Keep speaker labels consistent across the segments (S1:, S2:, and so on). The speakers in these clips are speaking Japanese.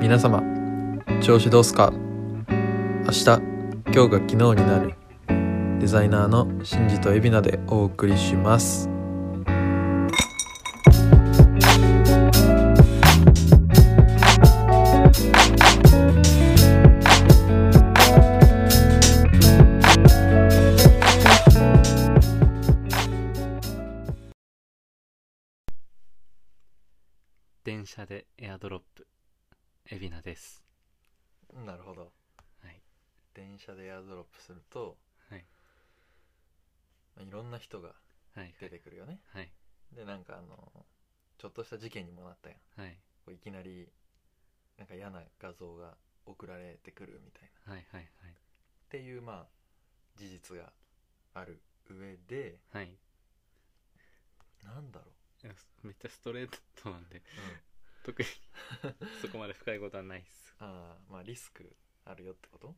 S1: 皆様調子どうすか明日今日が昨日になるデザイナーのシンジとエビナでお送りします
S2: 電車でエアドロップエビナです
S1: なるほど、
S2: はい、
S1: 電車でエアドロップすると、
S2: はい
S1: まあ、いろんな人が
S2: はい
S1: 出てくるよね
S2: はい
S1: でなんかあのちょっとした事件にもなったやん
S2: はい
S1: こういきなりなんか嫌な画像が送られてくるみたいなっ
S2: はいはい
S1: ていうまあ事実がある上で
S2: はいはい
S1: なんだろ
S2: いやめっちゃストレートなんで
S1: う、うん、
S2: 特にそこまで深いことはないっす
S1: ああまあリスクあるよってこと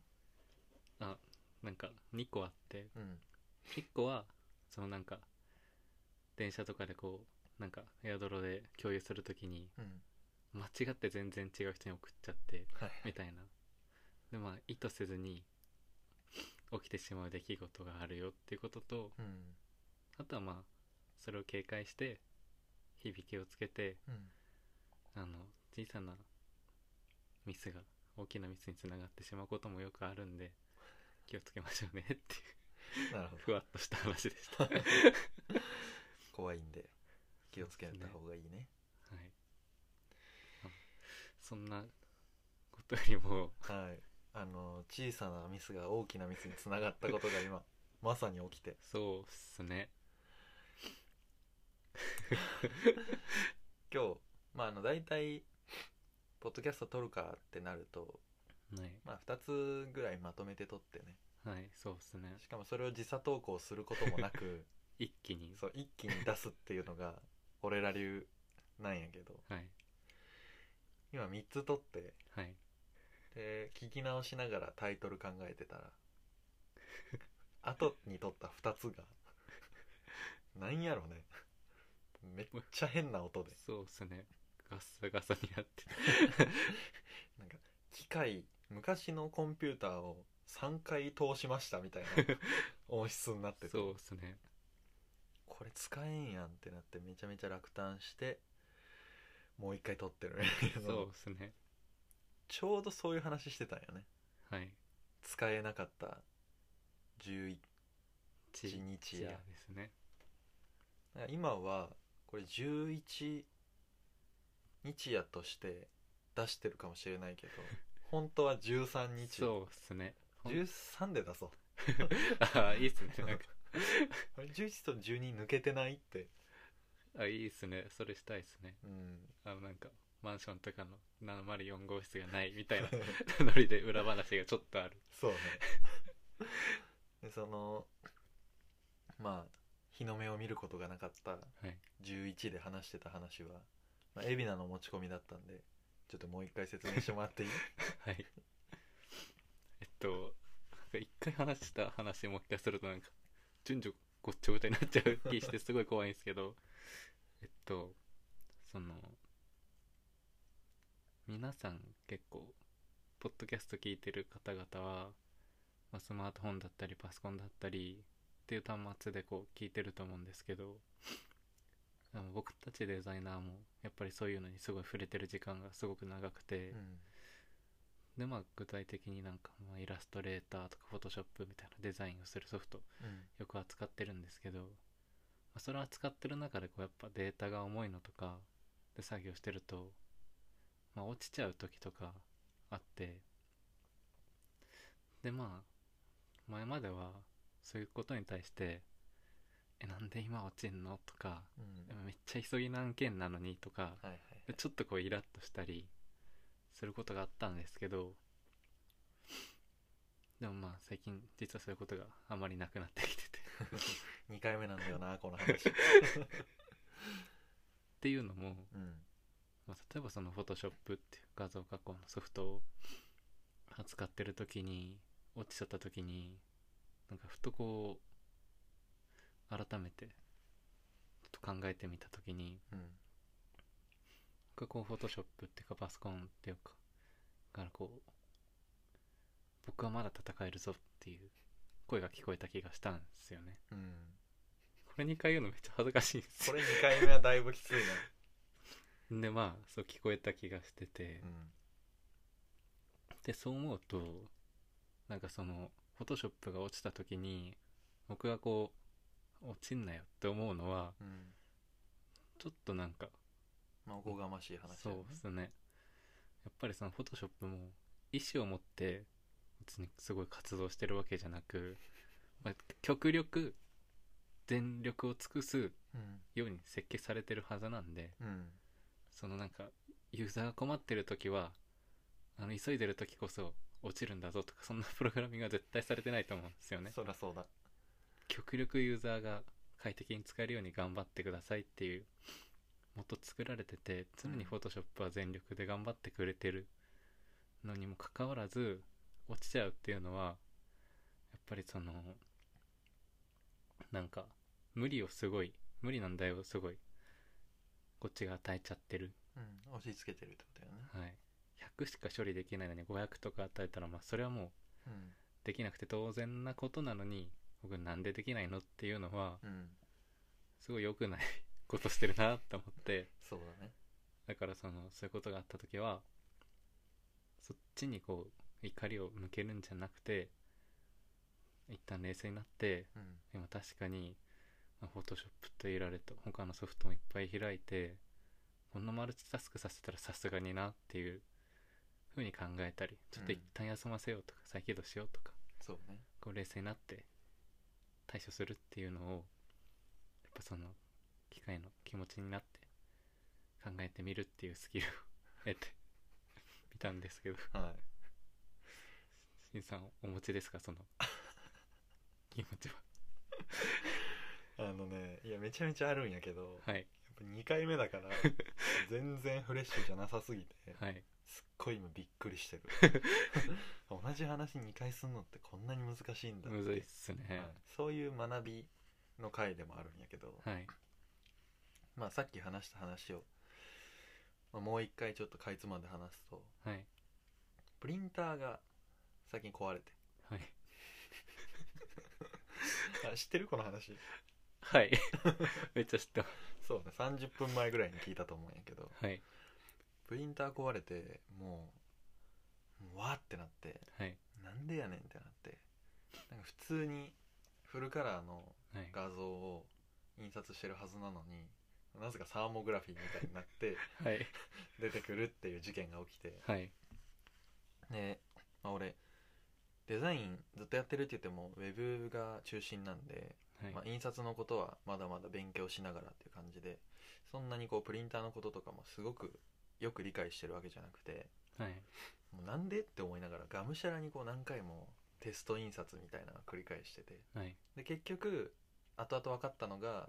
S2: あなんか2個あって
S1: うん
S2: 1個はそのなんか電車とかでこうなんかエアドロで共有するときに
S1: うん
S2: 間違って全然違う人に送っちゃって
S1: はい
S2: みたいなでまあ意図せずに起きてしまう出来事があるよっていうことと
S1: うん
S2: あとはまあそれを警戒して響きをつけて
S1: うん
S2: あの小さなミスが大きなミスにつながってしまうこともよくあるんで気をつけましょうねっていう
S1: なるほど
S2: ふわっとした話でしたはい
S1: 怖いんで気をつけた方がいいね
S2: あそんなことよりも
S1: はいあの小さなミスが大きなミスにつながったことが 今まさに起きて
S2: そうっすね
S1: 今日まああの大体ポッドキャスト撮るかってなると
S2: はい
S1: まあ2つぐらいまとめて撮ってね
S2: はいそうっすね
S1: しかもそれを時差投稿することもな く
S2: 一気に
S1: そう一気に出すっていうのが俺ら流なんやけど
S2: はい
S1: 今3つ撮って
S2: はい
S1: で聞き直しながらタイトル考えてた ら後に撮った2つがなんやろねめっちゃ変な音で
S2: そうっすねガッサガサになって
S1: なんか機械昔のコンピューターを3回通しましたみ たいな音質になってて
S2: そうっすね
S1: これ使えんやんってなってめちゃめちゃ落胆してもう一回撮ってるね
S2: そうっすね
S1: ちょうどそういう話してたんよね
S2: はい
S1: 使えなかった11
S2: ち
S1: 日
S2: チア
S1: や
S2: ですね
S1: だから今はこれ11日やとして出してるかもしれないけ ど本当は13日
S2: そうっすね ほん
S1: 13で出そう
S2: あいいっすねなんか
S1: あれ11と12抜けてないって
S2: あいいっすねそれしたいっすね
S1: うん
S2: あのなんかマンションとかの704号室がないみたいなノリで裏話がちょっとある
S1: そうね でそのまあ日の目を見ることがなかった
S2: はい
S1: 11で話してた話は、まあ、海老名の持ち込みだったんでちょっともう一回説明してもら っていい
S2: はいえっとなんか一回話した話もう一回するとなんか順序ごっちゃごちゃになっちゃう気してすごい怖いんですけどえっとその皆さん結構ポッドキャスト聞いてる方々は、まあ、スマートフォンだったりパソコンだったりっていう端末でこう聞いてると思うんですけどあの僕たちデザイナーもやっぱりそういうのにすごい触れてる時間がすごく長くて、
S1: うん
S2: でまあ具体的になんか、まあ、イラストレーターとかフォトショップみたいなデザインをするソフト
S1: うん
S2: よく扱ってるんですけど、まあ、それを扱ってる中でこうやっぱデータが重いのとかで作業してると、まあ、落ちちゃう時とかあってでまあ前まではそういうことに対して「えなんで今落ちんの?」とか
S1: うん
S2: 「めっちゃ急ぎな案件なのに」とか
S1: はいはい
S2: で ちょっとこうイラッとしたりすることがあったんですけどでもまあ最近実はそういうことがあまりなくなってきてて っ
S1: 2回目なんだよなこの話
S2: ていうのも、
S1: うん
S2: まあ、例えばその Photoshop っていう画像加工のソフトを扱ってる時に落ちちゃった時になんかふとこう改めてちょっと考えてみた時に
S1: うん
S2: 僕はこう Photoshop っていうかパソコンっていうかからこう僕はまだ戦えるぞっていう声が聞こえた気がしたんですよね
S1: うん
S2: これ2回言うのめっちゃ恥ずかしいんです
S1: こ
S2: よ
S1: れ2回目はだいぶきついな
S2: でまあそう聞こえた気がしてて、でそう思うとなんかそのフォトショップが落ちた時に僕がこう落ちんなよって思うのは
S1: うんうん
S2: ちょっとなんか
S1: まあおこがましい話だ
S2: そう
S1: よね
S2: ですねやっぱりそのフォトショップも意思を持って別にすごい活動してるわけじゃなく、 まあ、極力全力を尽くす
S1: うん
S2: ように設計されてるはずなんで
S1: うん
S2: そのなんかユーザーが困ってる時はあの急いでる時こそ落ちるんだぞとかそんなプログラミングは絶対されてないと思うんですよね
S1: そりゃそうだ
S2: 極力ユーザーが快適に使えるように頑張ってくださいっていうもっと作られてて常
S1: うん
S2: に Photoshop は全力で頑張ってくれてるのにもかかわらず落ちちゃうっていうのはやっぱりそのなんか無理をすごい無理なんだよすごいこっちが与えちゃってる
S1: うん押し付けてるってことだよね
S2: はい100しか処理できないのに500とか与えたらまあそれはもう
S1: うん
S2: できなくて当然なことなのに僕なんでできないのっていうのは
S1: うん
S2: すごい良くない ことしてるなと思って
S1: そうだね
S2: だからそのそういうことがあった時はそっちにこう怒りを向けるんじゃなくて一旦冷静になって
S1: うん
S2: 今確かにフォトショップといられと他のソフトもいっぱい開いてこんなマルチタスクさせたらさすがになっていう風に考えたりちょっと一旦休ませようとか再起動しようとか
S1: そうね
S2: こう冷静になって対処するっていうのをやっぱその機械の気持ちになって考えてみるっていうスキルを 得てみたんですけど
S1: はい
S2: しんさんお持ちですかその気持ちは
S1: あのねいやめちゃめちゃあるんやけど
S2: はい
S1: やっぱ2回目だから全然フレッシュじゃなさすぎて
S2: はい
S1: すっごい今びっくりしてる同じ話2回すんのってこんなに難しいんだって
S2: むずいっすね
S1: はいそういう学びの回でもあるんやけど、
S2: はい
S1: まあさっき話した話を、まあもう一回ちょっとかいつまんで話すと
S2: はい
S1: プリンターが最近壊れ て
S2: はい
S1: あ知ってるこの話
S2: はい めっちゃ知ってま
S1: そうね30分前ぐらいに聞いたと思うんやけど
S2: すはい
S1: プリンター壊れてもうもうわーってなって
S2: はい
S1: なんでやねんってなってなんか普通にフルカラーの
S2: はい
S1: 画像を印刷してるはずなのになぜかサーモグラフィーみたいにな って
S2: はい
S1: 出てくるっていう事件が起きて
S2: はい
S1: で、まあ、俺デザインずっとやってるって言ってもウェブが中心なんで、
S2: はい
S1: まあ、印刷のことはまだまだ勉強しながらっていう感じでそんなにこうプリンターのこととかもすごくよく理解してるわけじゃなくて
S2: はい
S1: もうなんでって思いながらがむしゃらにこう何回もテスト印刷みたいなのを繰り返してて
S2: はい
S1: で結局後々分かったのが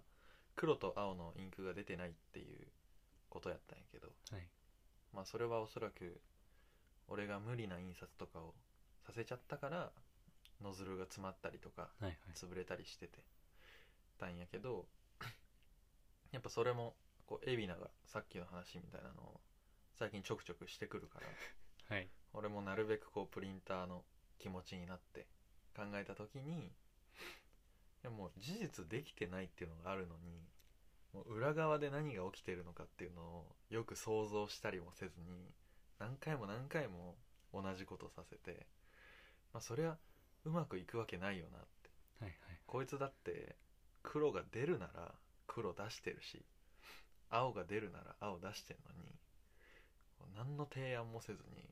S1: 黒と青のインクが出てないっていうことやったんやけど
S2: はい
S1: まあそれはおそらく俺が無理な印刷とかをさせちゃったからノズルが詰まったりとか
S2: はいはい
S1: 潰れたりしててたんやけどやっぱそれもこう海老名がさっきの話みたいなのを最近ちょくちょくしてくるから
S2: はい
S1: 俺もなるべくこうプリンターの気持ちになって考えた時にいやもう事実できてないっていうのがあるのにもう裏側で何が起きてるのかっていうのをよく想像したりもせずに何回も何回も同じことさせてまあそりゃうまくいくわけないよなって
S2: はい
S1: こいつだって黒が出るなら黒出してるし青が出るなら青出してるのに何の提案もせずに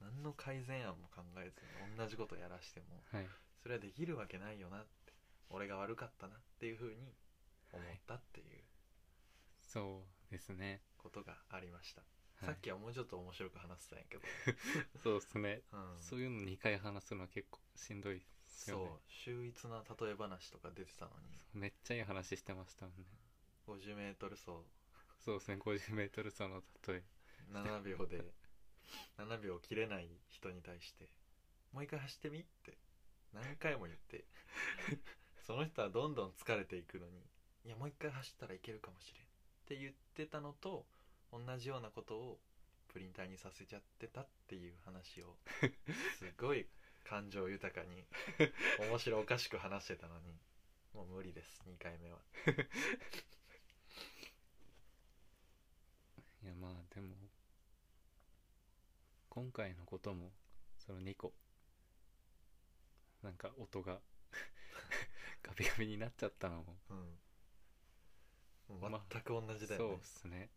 S1: 何の改善案も考えずに同じことやらしても
S2: はい
S1: それはできるわけないよなって俺が悪かったなっていうふうに思ったっていう
S2: そうですね
S1: ことがありました、
S2: はい
S1: さっきはもうちょっと面白く話してたんやけど、
S2: そうですね
S1: うん、
S2: そういうの2回話すのは結構しんどいですよ
S1: そう秀
S2: ね
S1: 逸な例え話とか出てたのに
S2: めっちゃいい話してましたもんね
S1: 50m 走
S2: そうですね 50m 走の例え
S1: 7秒で7秒切れない人に対して「もう一回走ってみ?」って何回も言ってその人はどんどん疲れていくのに「いやもう一回走ったらいけるかもしれん」って言ってたのと同じようなことをプリンターにさせちゃってたっていう話をすごい感情豊かに面白おかしく話してたのにもう無理です2回目は。
S2: いやまあでも今回のこともその2個なんか音が ガビガビになっちゃったのも
S1: うん、
S2: まあ
S1: 全く同じだよ
S2: そう
S1: ね
S2: っ、すね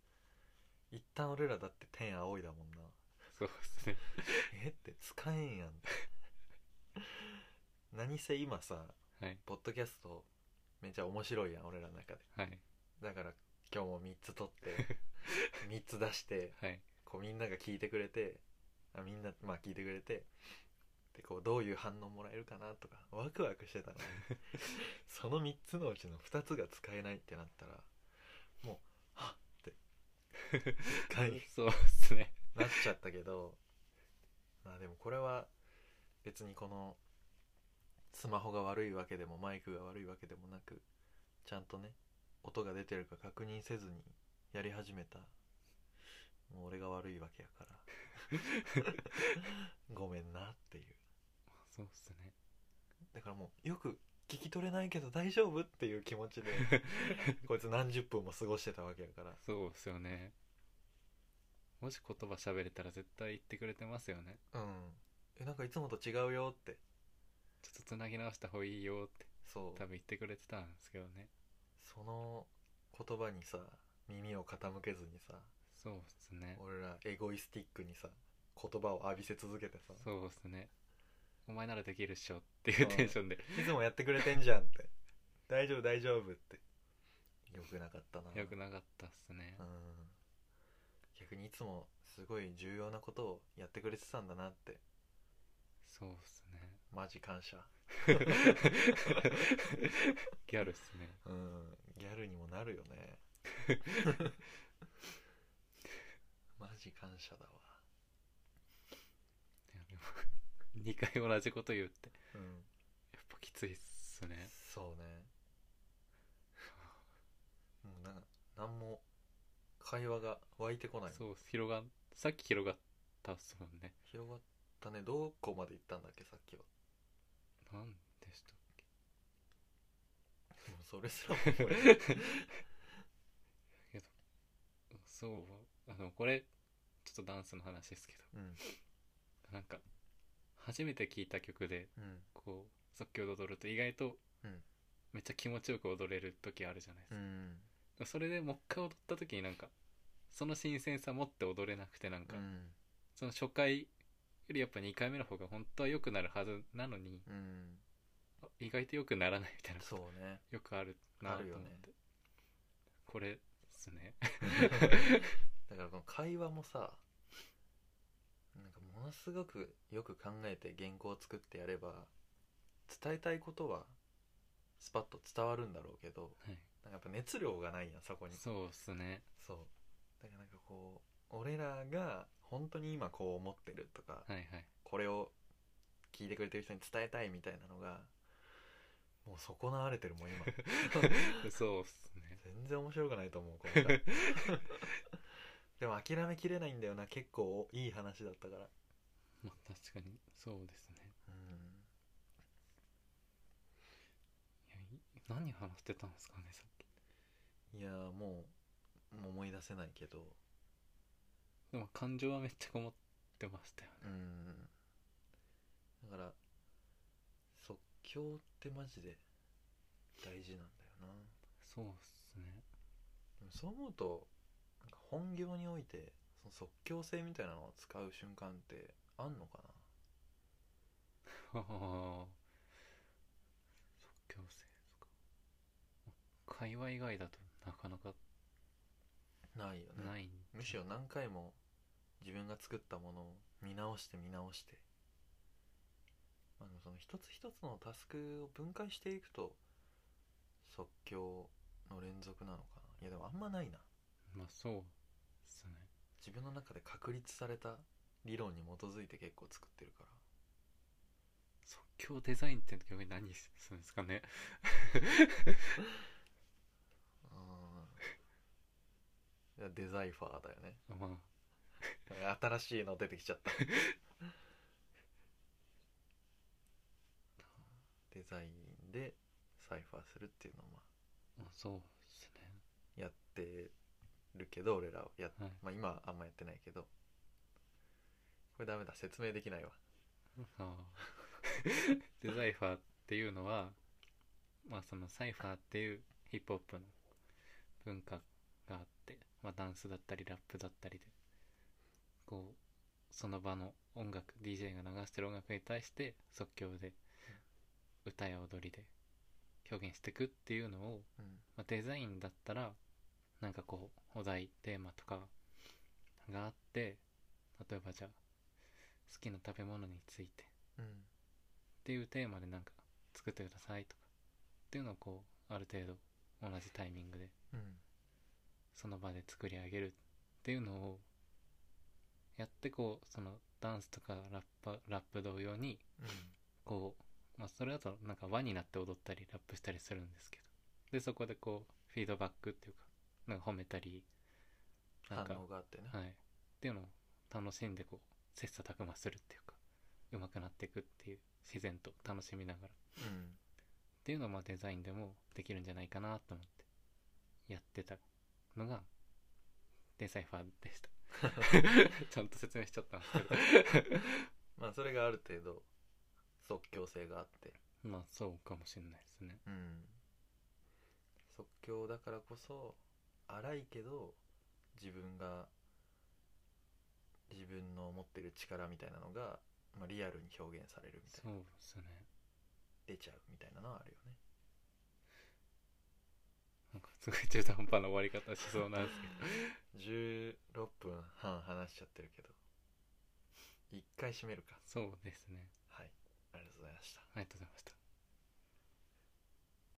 S1: 一旦俺らだって天青いだもんな
S2: そうっすね
S1: えって使えんやんって何せ今さ
S2: はい
S1: ポッドキャストめちゃ面白いやん俺らの中で
S2: はい
S1: だから今日も3つ撮って3つ出して
S2: はい
S1: こうみんなが聞いてくれてあみんなまあ聞いてくれてでこうどういう反応もらえるかなとかワクワクしてたのにその3つのうちの2つが使えないってなったらもうはっって一回
S2: そうっすね
S1: なっちゃったけどまあでもこれは別にこのスマホが悪いわけでもマイクが悪いわけでもなくちゃんとね音が出てるか確認せずにやり始めたもう俺が悪いわけやからごめんなっていう
S2: そうっすね
S1: だからもうよく聞き取れないけど大丈夫っていう気持ちでこいつ何十分も過ごしてたわけやから
S2: そうっすよねもし言葉喋れたら絶対言ってくれてますよね
S1: うんえなんかいつもと違うよって
S2: ちょっとつなぎ直した方がいいよって
S1: そう
S2: 多分言ってくれてたんですけどね
S1: その言葉にさ耳を傾けずにさ
S2: そうっすね
S1: 俺らエゴイスティックにさ言葉を浴びせ続けてさ
S2: そうっすねお前ならできるっしょっていうテンションで
S1: いつもやってくれてんじゃんって大丈夫大丈夫ってよくなかったな
S2: よくなかったっすね
S1: うん逆にいつもすごい重要なことをやってくれてたんだなって
S2: そうっす ね
S1: マジ感謝
S2: ギャルっすね
S1: うんギャルにもなるよ ねマジ感謝だわ
S2: いやでも2回同じこと言うって
S1: うん
S2: やっぱきついっすね
S1: そうねもうな何も会話が湧いてこない
S2: そう広がんさっき広がったっすもんね
S1: 広がったねどこまで行ったんだっけさっきは
S2: なんでしたっけ
S1: もうそれすら も 覚えてない
S2: そうあのこれちょっとダンスの話ですけ
S1: うん
S2: どなんか初めて聴いた曲で
S1: うん
S2: こう即興で踊ると意外と
S1: うん
S2: めっちゃ気持ちよく踊れる時あるじゃないです
S1: う
S2: か、
S1: ん
S2: それでもう一回踊った時になんかその新鮮さ持って踊れなくてなんか、
S1: うん
S2: その初回よりやっぱ2回目の方が本当は良くなるはずなのに
S1: うん
S2: あ意外と良くならないみたいな
S1: そう ね
S2: よくあるな
S1: あ
S2: と
S1: る
S2: 思
S1: よ
S2: っ
S1: ね
S2: て、これですね
S1: だからこの会話もさなんかものすごくよく考えて原稿を作ってやれば伝えたいことはスパッと伝わるんだろうけど
S2: は
S1: な
S2: い
S1: んかやっぱ熱量がないやんそこに
S2: そうっすね
S1: そうだからなんかこう俺らが本当に今こう思ってるとか、
S2: はいはい
S1: これを聞いてくれてる人に伝えたいみたいなのがもう損なわれてるもん 今
S2: そうっすね
S1: 全然面白くないと思うこの回 でも諦めきれないんだよな結構いい話だったから
S2: まあ確かにそうですね
S1: うん
S2: いやい何話してたんですかねさっき
S1: いやーもうもう思い出せないけど
S2: でも感情はめっちゃこもってましたよね
S1: うんだから即興ってマジで大事なんだよな
S2: そうっすね
S1: でもそう思うとなんか本業においてその即興性みたいなのを使う瞬間ってあんのかな
S2: はあ即興性とか会話以外だとなかなか
S1: ないよね
S2: ないんで
S1: むしろ何回も自分が作ったものを見直して見直して、まあ、でもその一つ一つのタスクを分解していくと即興の連続なのかないやでもあんまないな
S2: まあそうっすね
S1: 自分の中で確立された理論に基づいて結構作ってるから
S2: 即興デザインって逆に何するんですかね
S1: うんいやデザイファーだよね
S2: まあ
S1: 新しいの出てきちゃった デザインでサイファーするっていうのをま
S2: あそうですね
S1: あやってるけど俺らはやっ、
S2: はい
S1: まあ、今はあんまやってないけどこれダメだ説明できないわ
S2: あ ーでサイファーっていうのはまあそのサイファーっていうヒップホップの文化があって、まあ、ダンスだったりラップだったりでこうその場の音楽 DJ が流してる音楽に対して即興で歌や踊りで表現していくっていうのを、
S1: うん
S2: まあ、デザインだったらなんかこうお題テーマとかがあって例えばじゃあ好きな食べ物について
S1: うん
S2: っていうテーマでなんか作ってくださいとかっていうのをこうある程度同じタイミングで
S1: うん
S2: その場で作り上げるっていうのをやってこうそのダンスとかラッパラップ同様に
S1: う
S2: こう、まあ、それだとなんか輪になって踊ったりラップしたりするんですけどでそこでこうフィードバックっていうかなんか褒めたり
S1: ん、
S2: なんか
S1: 反応があってね、
S2: はい、っていうのを楽しんでこう切磋琢磨するっていうか上手くなっていくっていう自然と楽しみながら
S1: うん
S2: っていうのをまあデザインでもできるんじゃないかなと思ってやってたのがデサイファーでしたちゃんと説明しちゃったんですけ
S1: まあそれがある程度即興性があって
S2: どまあそうかもしれないですね
S1: うん即興だからこそ荒いけど自分が自分の持ってる力みたいなのが、まあ、リアルに表現されるみたい
S2: そ
S1: な
S2: うですね
S1: 出ちゃうみたいなのはあるよね
S2: なんかすごい中途半端な終わり方しそうなんです
S1: 16分半話しちゃってるけど一回締めるか
S2: けどそうですね
S1: はいありがとうございました
S2: ありがとうございました